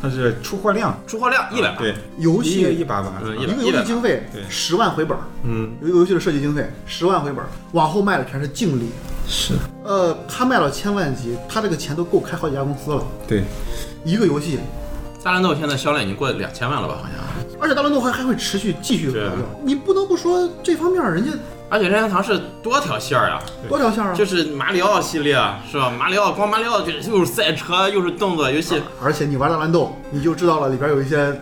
它是出货量，出货量一百万，对，游戏一百万，嗯一一个百游戏经费对十万回本，嗯，有一个游戏的设计经费十万回本，往后卖的全是净利。是呃，他卖了千万级，他这个钱都够开好几家公司了。对，一个游戏，大乱斗现在销量已经过两嗯千万了吧？好像而且大乱斗还还会持续继续火对啊掉。你不能不说这方面人家而且任天堂是多条线儿啊，多条线儿啊就！是马里奥系列啊是吧？马里奥光马里奥就是又是赛车又是动作游戏，而且你玩大乱斗，你就知道了里边有一些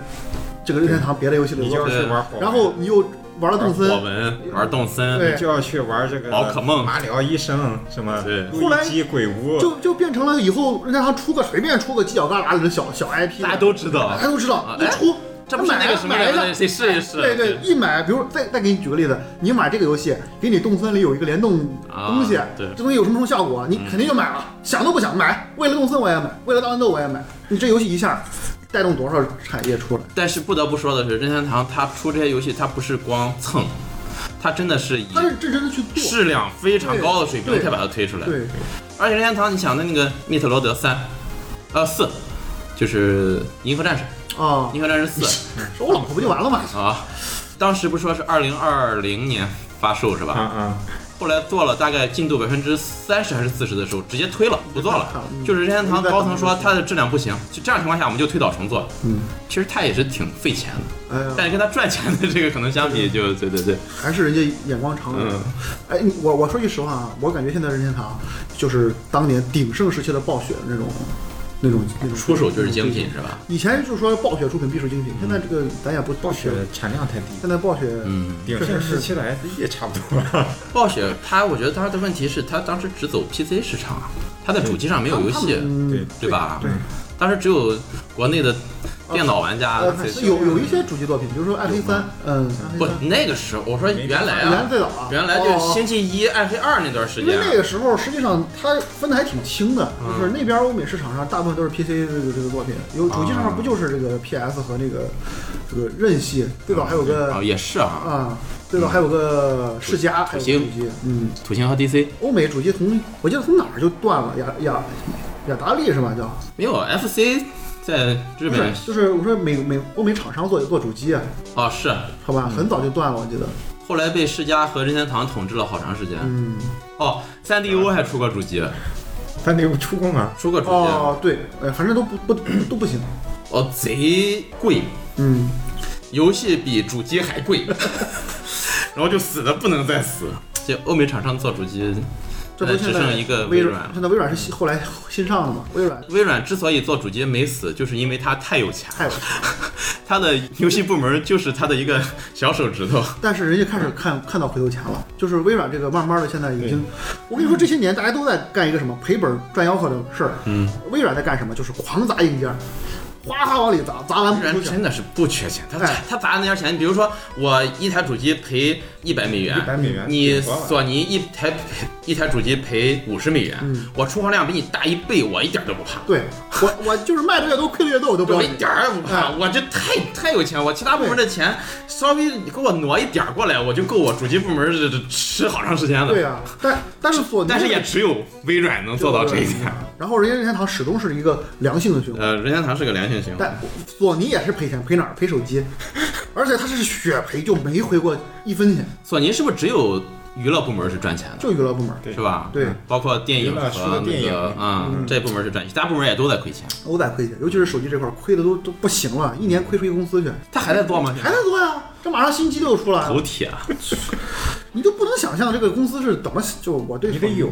这个任天堂别的游戏的你元就素要，去玩火纹，然后你又玩了嗯动森，我们玩动森，对你 就要去玩这个宝可梦马里奥医生什么对路易基鬼 屋，就就变成了以后任天堂出个随便出个犄角旮旯里的小小 IP，大家都知道大家，都知道啊，一出这不是那个什么买人了吗，谁试一试？啊对对，一买，比如再再给你举个例子，你买这个游戏，给你动森里有一个联动啊东西，对嗯这东西有什么什么效果，你肯定就买了，想都不想买，为了动森我也买，为了大乱斗我也买，你这游戏一下带动多少产业出来？但是不得不说的是，任天堂它出这些游戏，它不是光蹭，它真的是以他是认真的去做，质量非常高的水平对才把它推出来。对，而且任天堂，你想的那个《密特罗德三》，呃四，就是《银河战士》，啊，《银河战士四》说我老婆不就完 了吗？啊，当时不是说是二零二零年发售是吧？啊啊，后来做了大概进度百分之三十还是四十的时候，直接推了，不做了。嗯就是任天堂高层一说般它的质量不行，就这样情况下我们就推倒重做。嗯，其实它也是挺费钱的，哎呀，但是跟它赚钱的这个可能相比就，对对对，还是人家眼光长远。嗯哎，你我我说句实话啊，我感觉现在任天堂就是当年鼎盛时期的暴雪那种。那种那种出手就是精品，是吧？以前就是说暴雪出品必属精品，现在这个咱也不暴雪产量太低，现在暴雪，嗯，鼎盛时期的 SE 差不 多了，暴雪它，我觉得它的问题是它当时只走 PC 市场啊，它在主机上没有游戏，嗯，对对吧？对，当时只有国内的电脑玩家呃，才有有一些主机作品，比如说《暗黑三》，嗯，暗黑不三那个时候，我说原来原来啊，最早啊，原来就哦星期一、暗黑二那段时因为间啊，那个时候实际上它分的还挺清的，嗯就是那边欧美市场上大部分都是 PC 这个这个作品，有主机啊上不就是这个 PS 和那个这个任系，最早还有个啊也是啊，啊，最早还有个世嘉，还有个主土机，嗯，土星和 DC 欧美主机从我记得从哪儿就断了，雅雅雅达利是吧叫？没有 FC 在日不是本，就是我说美美欧美厂商做做主机啊，哦是，好吧，很早就断了，我记得，后来被世嘉和任天堂统治了好长时间。嗯。哦，三 DO 还出过主机，但得有出啊过吗？出过主机，哦，对，呃，反正都不不都不行。哦贼贵，嗯，游戏比主机还 贵，然后就死的不能再死。这欧美厂商做主机，这不是只现在剩一个微微软现在微软是新后来新上的嘛？微软微软之所以做主机没死，就是因为它太有钱，太有，它的游戏部门就是它的一个小手指头。但是人家开始看看到回头钱了，就是微软这个慢慢的现在已经，我跟你说这些年大家都在干一个什么赔本赚吆喝的事儿，嗯，微软在干什么？就是狂砸硬件，哗哗往里砸，砸完微不出软钱真。的是不缺钱，他哎他砸那点钱，比如说我一台主机赔一百美元， 100美元你顶多了索尼一台一台主机赔五十美元，我出货量比你大一倍，我一点都不怕，对我我就是卖的越多亏的越多，我都不要我你一。点儿也不怕，哎我这太太有钱，我其他部门的钱稍微你给我挪一点儿过来，我就够我主机部门这这吃好长时间了。对呀、但但是索尼但是也只有微软能做到这一点。然后人家任天堂始终是一个良性的循环。呃，任天堂是个良性循环，但索尼也是赔钱，赔哪儿？赔手机，而且他是血赔，就没回过一分钱，索尼是不是只有娱乐部门是赚钱的？就娱乐部门。对是吧？嗯对，包括电影娱和乐那说电影个，嗯，这部门是赚钱，其他部门也都在亏钱。都在亏钱，尤其是手机这块儿亏的都都不行了，一年亏出一公司去，他还在做吗？还在做呀。这马上新机都出来头了，铁啊你都不能想象这个公司是怎么就我对你得有，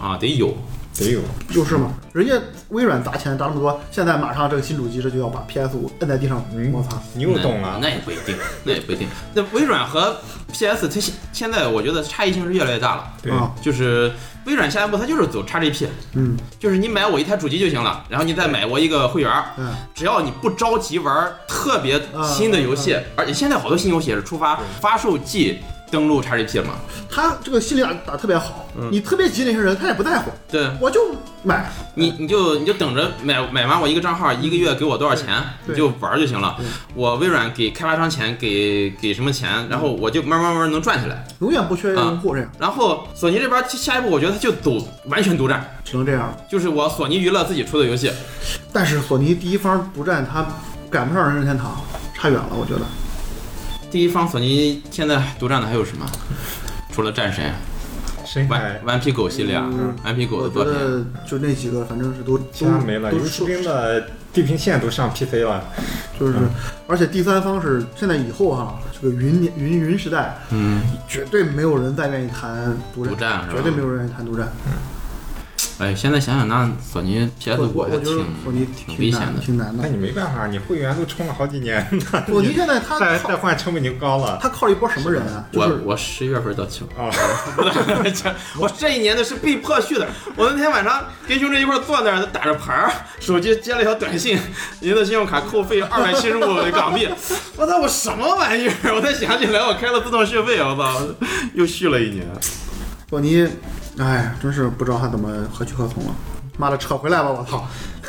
啊，得有。得有，就是嘛，人家微软砸钱砸那么多，现在马上这个新主机这就要把 PS 五摁在地上嗯摩擦， 你又懂啊那了，那也不一定，那也不一定。那微软和 PS，它现现在我觉得差异性是越来越大了。对，啊，就是微软下一步它就是走 XGP，嗯就是你买我一台主机就行了，然后你再买我一个会员儿，嗯，只要你不着急玩特别新的游戏，而且现在好多新游戏也是触发发售季登录 XGP 嘛，他这个心里打打特别好，嗯你特别急那些人他也不在乎，对我就买，你你就你就等着买买完我一个账号，一个月给我多少钱，对你就玩儿就行了。我微软给开发商钱，给给什么钱，然后我就慢慢慢慢能赚起来。永远不缺啊用户这样，然后索尼这边下一步，我觉得他就走完全独占，只能这样了。就是我索尼娱乐自己出的游戏，但是索尼第一方独占，它赶不上任天堂，差远了，我觉得。第一方索尼现在独占的还有什么？除了战神，深海顽顽皮狗系列啊，顽皮狗我的觉作品，得就那几个，反正是嗯都其都他没了，都游骑说兵的地平线都上 PC 了，就是，嗯而且第三方是现在以后哈、这个云年云云时代，嗯，绝对没有人再愿意谈独占，独占是吧绝对没有人愿意谈独占。哎，现在想想，那索尼我 PS 五我还觉得挺索尼挺挺危险难的。挺难那的。你没办法，你会员都充了好几年， 索尼现在他再靠再换成本就高了。他靠了一波什么人啊？就我是我十一月份到期了，啊， 我这一年的是被迫去的。我那天晚上跟兄弟一块儿坐那儿打着牌儿，手机接了一条短信，您的信用卡扣费二百七十五港币。我操，我什么玩意儿？我才想起来，我开了自动续费，我操，又续了一年。索尼，哎，真是不知道他怎么何去何从了。啊妈的，扯回来吧！我操！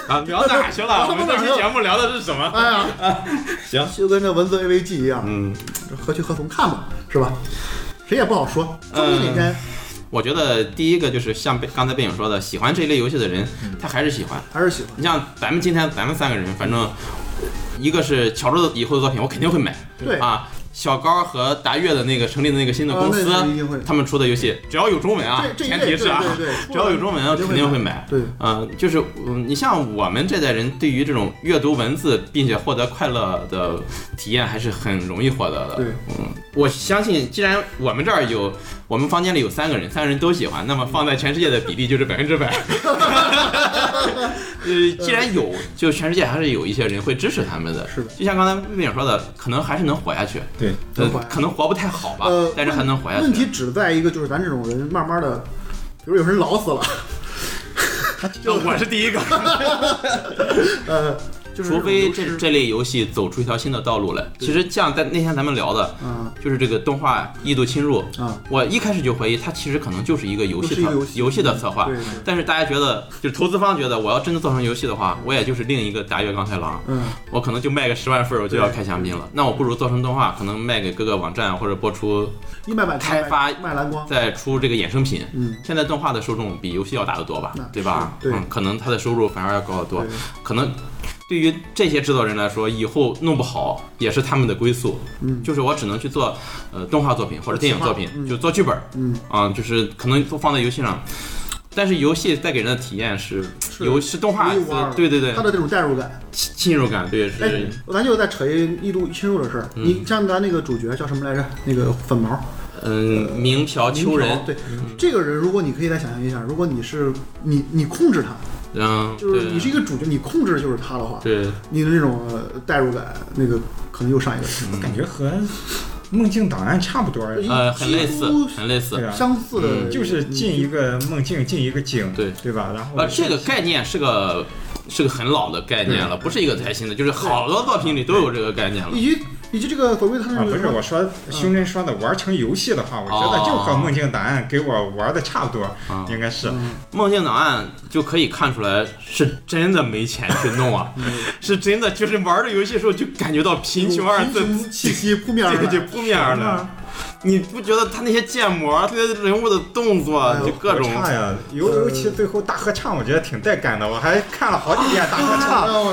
啊，聊哪儿去了？我们这期节目聊的是什么？哎呀，行，就跟这文字 AVG 一样，嗯，这何去何从看吧，是吧？谁也不好说，终于哪呃天我觉得第一个就是像被刚才背影说的，喜欢这一类游戏的人，嗯他还是喜欢。还是喜欢。你像咱们今天咱们三个人，反正一个是乔治的以后的作品，我肯定会买。对啊，小高和达月的那个成立的那个新的公司，啊那是一定会他们出的游戏只要有中文啊，这这一前类提是啊， 对对对只要有中文啊，肯定肯会定会买买。对嗯、就是嗯，你像我们这代人，对于这种阅读文字并且获得快乐的体验，还是很容易获得的。对嗯，我相信，既然我们这儿有，我们房间里有三个人，三个人都喜欢，那么放在全世界的比例就是百分之百。呃，既然有，就全世界还是有一些人会支持他们的。是的就像刚才魏影说的，可能还是能活下去。对，呃能活下，去可能活不太好吧，呃，但是还能活下问去。题只在一个，就是咱这种人慢慢的，比如有人老死了，就我是第一个，呃，就是除非这这种流失这类游戏走出一条新的道路来。其实像在那天咱们聊的，啊就是这个动画异度侵入，啊，我一开始就怀疑它其实可能就是一个游戏就是一策个游戏游戏的策划对，但是大家觉得，就投资方觉得我要真的做成游戏的话，我也就是另一个大月钢太郎，嗯，我可能就卖个十万份儿我就要开香槟了，那我不如做成动画，可能卖给各个网站或者播出，一卖版开发卖蓝光，再出这个衍生品。嗯，现在动画的受众比游戏要大得多吧那，对吧？是对嗯，可能它的收入反而要高得多对，可能。对于这些制作人来说，以后弄不好也是他们的归宿。嗯就是我只能去做呃动画作品或者电影作品企划，嗯就做剧本，嗯，啊、就是可能都放在游戏上，但是游戏带给人的体验是是游是动画，独一无二对对对他，的这种代入感，亲亲入感，对嗯哎是，，咱就再扯一异度侵入的事儿。你像咱那个主角叫什么来着？那个粉毛，嗯，明朴呃明秋人嗯条，对，这个人，如果你可以再想象一下，如果你是你你控制他，嗯，就是你是对一个主角，你控制的就是他的话，对，你的那种呃代入感，那个可能又上一个层我感觉和梦境档案差不多，嗯呃，很类几似，乎很对类似，啊相似的，嗯就是进一个梦境，进一个景，对对吧？然后呃，这个概念是个是个很老的概念了，不是一个才新的，就是好多作品里都有这个概念了以。及以及这个所谓他那啊，个不是我说，胸针说的玩成游戏的话，我觉哦得就和梦境档案给我玩的差不多啊，应该是。梦境档案就可以看出来，是真的没钱去弄啊，嗯是真的就是玩这游戏的时候就感觉到贫穷二字贫穷啊气息扑面而对对来。扑面而来。你不觉得他那些建模，啊他的人物的动作，啊哎呦就各种差呀，尤尤其最后大合唱，我觉得挺带感的，我还看了好几遍大合啊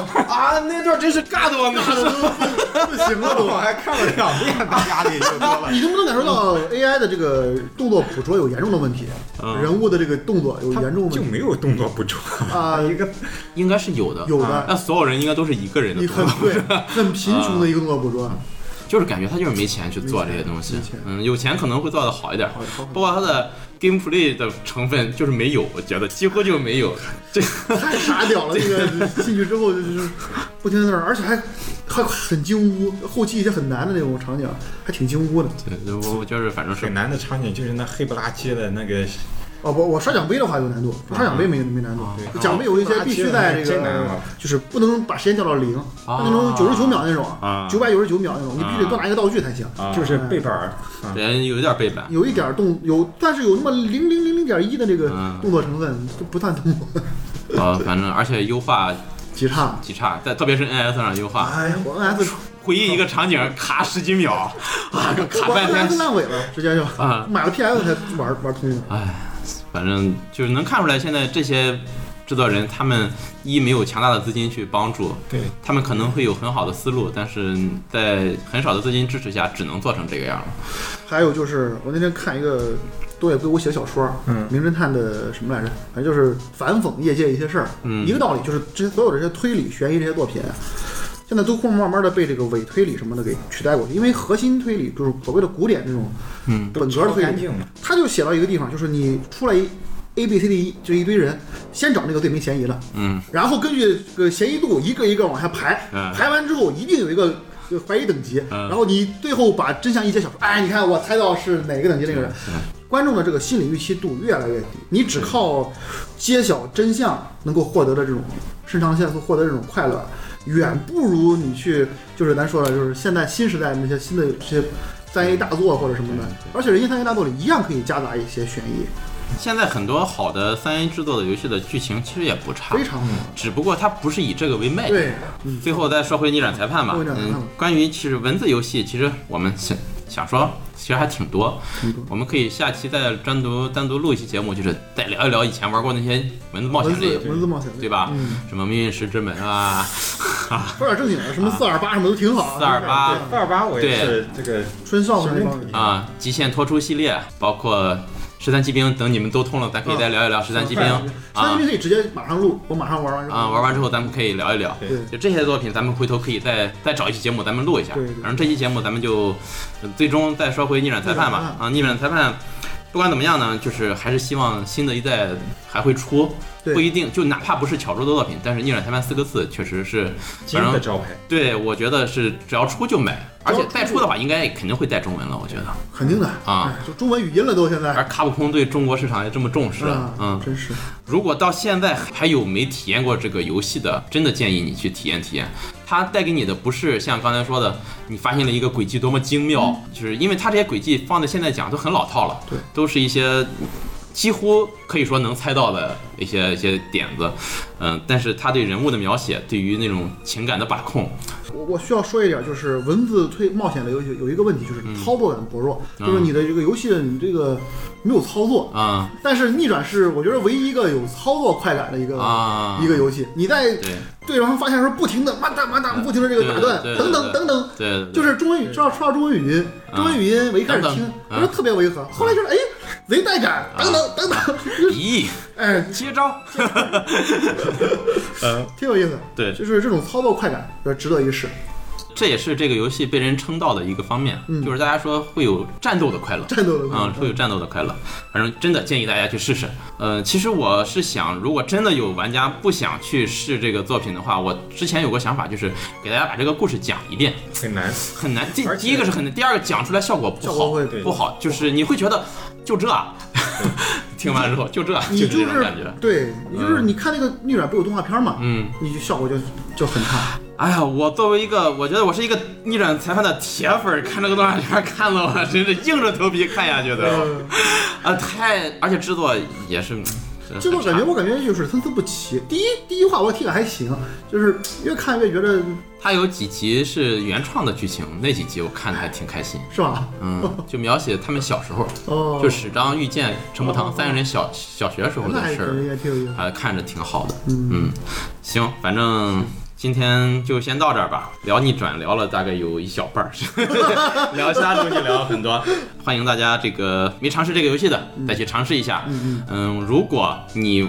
唱，啊，那段真是尬的我脑子。不行了我 都！还看了两遍，大压力就多了。你能不能感受到 AI 的这个动作捕捉有严重的问题？嗯人物的这个动作有他严重的就问题没有动作捕捉啊一个应该是有的，有啊的，那所有人应该都是一个人的你动很作，对，很贫穷的一个动作捕捉。就是感觉他就是没钱去做这些东西没钱。嗯，有钱可能会做的好一点，好好包括他的 gameplay 的成分就是没有，我觉得几乎就没有。这太傻屌了！这个进去之后就是不停在那儿，而且还还很惊呼，后期一些很难的那种场景还挺惊呼的。对我我就是反正是很难的场景，就是那黑不拉几的那个哦不，我刷奖杯的话有难度，我刷奖杯没没难度啊对，就奖杯有一些必须在这真难个了就是不能把时间调到零，那种九十九秒那种啊，九百九十九秒那种，你必须得多拿一个道具才行。啊就是背板儿，啊人有点背板。有一点动有，但是有那么零零零零点一的这个嗯动作成分，就不算动作， 啊，反正而且优化极差。极差，在特别是 NS 上优化，哎呀，我 NS 回忆一个场景卡十几秒，啊，卡我半天 NS 烂尾了，直接就啊买了 PS 才玩玩通了。唉，反正就是能看出来，现在这些制作人，他们一没有强大的资金去帮助，对，他们可能会有很好的思路，但是在很少的资金支持下，只能做成这个样了。还有就是，我那天看一个对，给我写小说，嗯名侦探的什么来着？反正就是反讽业界一些事儿，嗯一个道理，就是这些所有的这些推理、悬疑这些作品，啊现在都慢慢慢的被这个伪推理什么的给取代过去，因为核心推理就是所谓的古典这种嗯本格推啊干理，净了。他就写到一个地方，就是你出来一 A B C D E 这一堆人，先找那个罪名嫌疑的，嗯，然后根据这个嫌疑度一个一个往下排，嗯排完之后一定有一个呃怀疑等级，嗯然后你最后把真相一揭晓出，哎，你看我猜到是哪个等级那个人。嗯观众的这个心理预期度越来越低，你只靠揭晓真相能够获得的这种肾上腺素获得这种快乐，远不如你去就是咱说了，就是现在新时代那些新的这些三 A 大作或者什么嗯的，而且人家三 A 大作里一样可以夹杂一些悬疑，现在很多好的三 A 制作的游戏的剧情其实也不差非，常只不过它不是以这个为卖点。对，嗯，最后再说回逆转裁判吧说回，逆转裁判嗯吧，关于其实文字游戏，其实我们想想说，其实还挺多，挺多我们可以下期再单独单独录一期节目，就是再聊一聊以前玩过那些文字冒文险类字游戏，文字冒险类对吧？嗯，什么命运石之门啊，说点正经的，什么四二八什么都挺好。 428对二八我也啊对是这个春少的那帮嗯啊，极限脱出系列，包括十三骑兵，等你们都通了，咱可啊以再聊一聊十三骑兵嗯三啊级兵可以直接马上录，我马上玩完之后啊，玩完之后咱们可以聊一聊。对就这些作品，咱们回头可以再再找一期节目，咱们录一下。对对对反正这期节目咱们就呃最终再说回逆转裁判吧逆转裁。啊，逆转裁判，不管怎么样呢，就是还是希望新的一代还会出，对不一定就哪怕不是巧周的作品，但是逆转裁判四个字确实是，金反正的招牌。对我觉得是只要出就买，而且再出的话应该肯定会带中文了，我觉得。肯定的啊，哎就中文语音了都现在。而卡普空对中国市场也这么重视，嗯啊，，真是如果到现在还有没体验过这个游戏的，真的建议你去体验体验。它带给你的不是像刚才说的，你发现了一个轨迹多么精妙，就是因为它这些轨迹放在现在讲都很老套了，嗯对，都是一些几乎可以说能猜到的一些一些点子，嗯，但是它对人物的描写，对于那种情感的把控，我我需要说一点，就是文字推冒险类游戏有一个问题，就是嗯操作感薄弱，就是你的这个游戏你这个没有操作。啊、但是逆转是我觉得唯一一个有操作快感的一个啊，一个游戏。你在对嗯对方发现的时候，不停的慢打慢打，不停的这个打断，对对等等对等等，对，对就是中文语，说到说到中文语音，中文语音我一开始听等，嗯等我说特别违和，后来就是哎，贼带感，等等等 等，咦，哎，接招，挺有意思，对，就是这种操作快感，呃，值得一试。这也是这个游戏被人称道的一个方面，嗯就是大家说会有战斗的快乐。战斗的嗯，快会有乐，战斗的快乐，反正真的建议大家去试试。呃，其实我是想，如果真的有玩家不想去试这个作品的话，我之前有个想法，就是给大家把这个故事讲一遍，很难。很难。第而且第一个是很难，第二个讲出来效果不效果好会，对不好，就是你会觉得就这 啊，听完之后就这啊，你是这就种是感觉。对，你就是你看那个逆转不有动画片嘛，嗯，你就效果就就很差，哎呀，我作为一个，我觉得我是一个逆转裁判的铁粉儿，看这个动画片儿看的我真是硬着头皮看下去的。呃，啊，太，而且制作也是，嗯这个很差感觉我感觉就是参差不齐。第一第一话我体感还行，就是越看越觉得它有几集是原创的剧情，那几集我看的还挺开心。是吧？ 嗯，就描写他们小时候，哦，就史章遇见陈木堂三个人小小学时候那的还事可儿，以，也挺有意思。还看着挺好的。嗯嗯，行，反正今天就先到这儿吧。聊逆转聊了大概有一小半儿， 聊其他东西聊了很多。欢迎大家这个没尝试这个游戏的，再去尝试一下。嗯嗯，如果你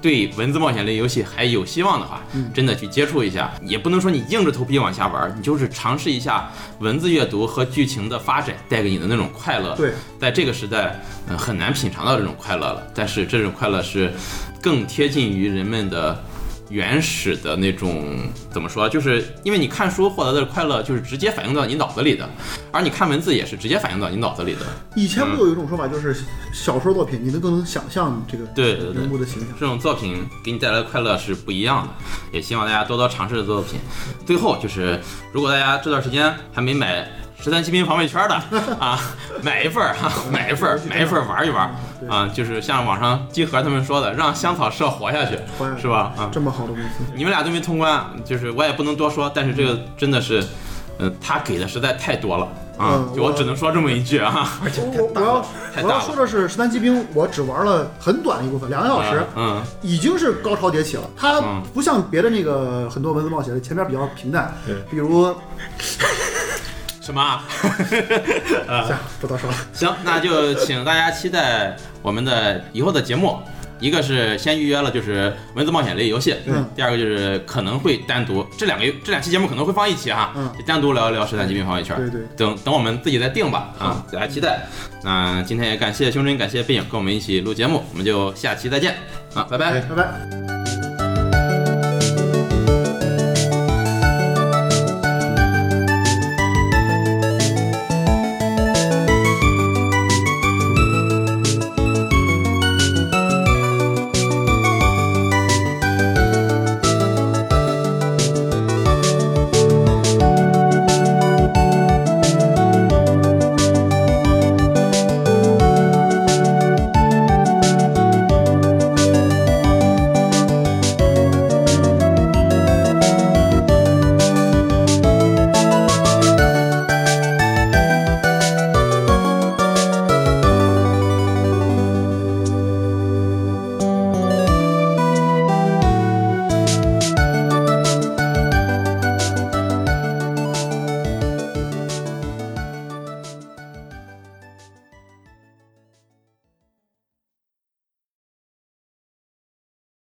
对文字冒险类游戏还有希望的话，真的去接触一下，也不能说你硬着头皮往下玩儿，你就是尝试一下文字阅读和剧情的发展带给你的那种快乐。对，在这个时代，嗯、很难品尝到这种快乐了。但是这种快乐是更贴近于人们的原始的那种怎么说？啊就是因为你看书获得的快乐，就是直接反映到你脑子里的，而你看文字也是直接反映到你脑子里的。以前不有一种说法，就是小说作品你能更能想象这个对对对人物的形象。这种作品给你带来的快乐是不一样的，也希望大家多多尝试作品。最后就是，如果大家这段时间还没买十三骑兵防卫 圈的啊，买一份儿哈，买一份儿，买一份儿玩一玩对啊，就是像网上集合他们说的，让香草社活下去活下，去是吧？啊，这么好的公司，你们俩都没通关，就是我也不能多说，但是这个真的是，嗯、他给的实在太多了啊，嗯就我我只能说这么一句啊。我我要太大我了要说的是，《十三骑兵》我只玩了很短的一部分，两个小时，嗯，已经是高潮迭起了。它嗯不像别的那个很多文字冒险，前面比较平淡对，比如什么啊？行，不多说了。 行，那就请大家期待我们的以后的节目。一个是先预约了，就是文字冒险类游戏嗯；第二个就是可能会单独这两个这两期节目可能会放一起哈，嗯就单独聊一聊《十三级病防卫圈》。对对等等我们自己再定吧啊，大家期待。那今天也感谢胸针，感谢背影跟我们一起录节目，我们就下期再见啊，拜拜。拜拜。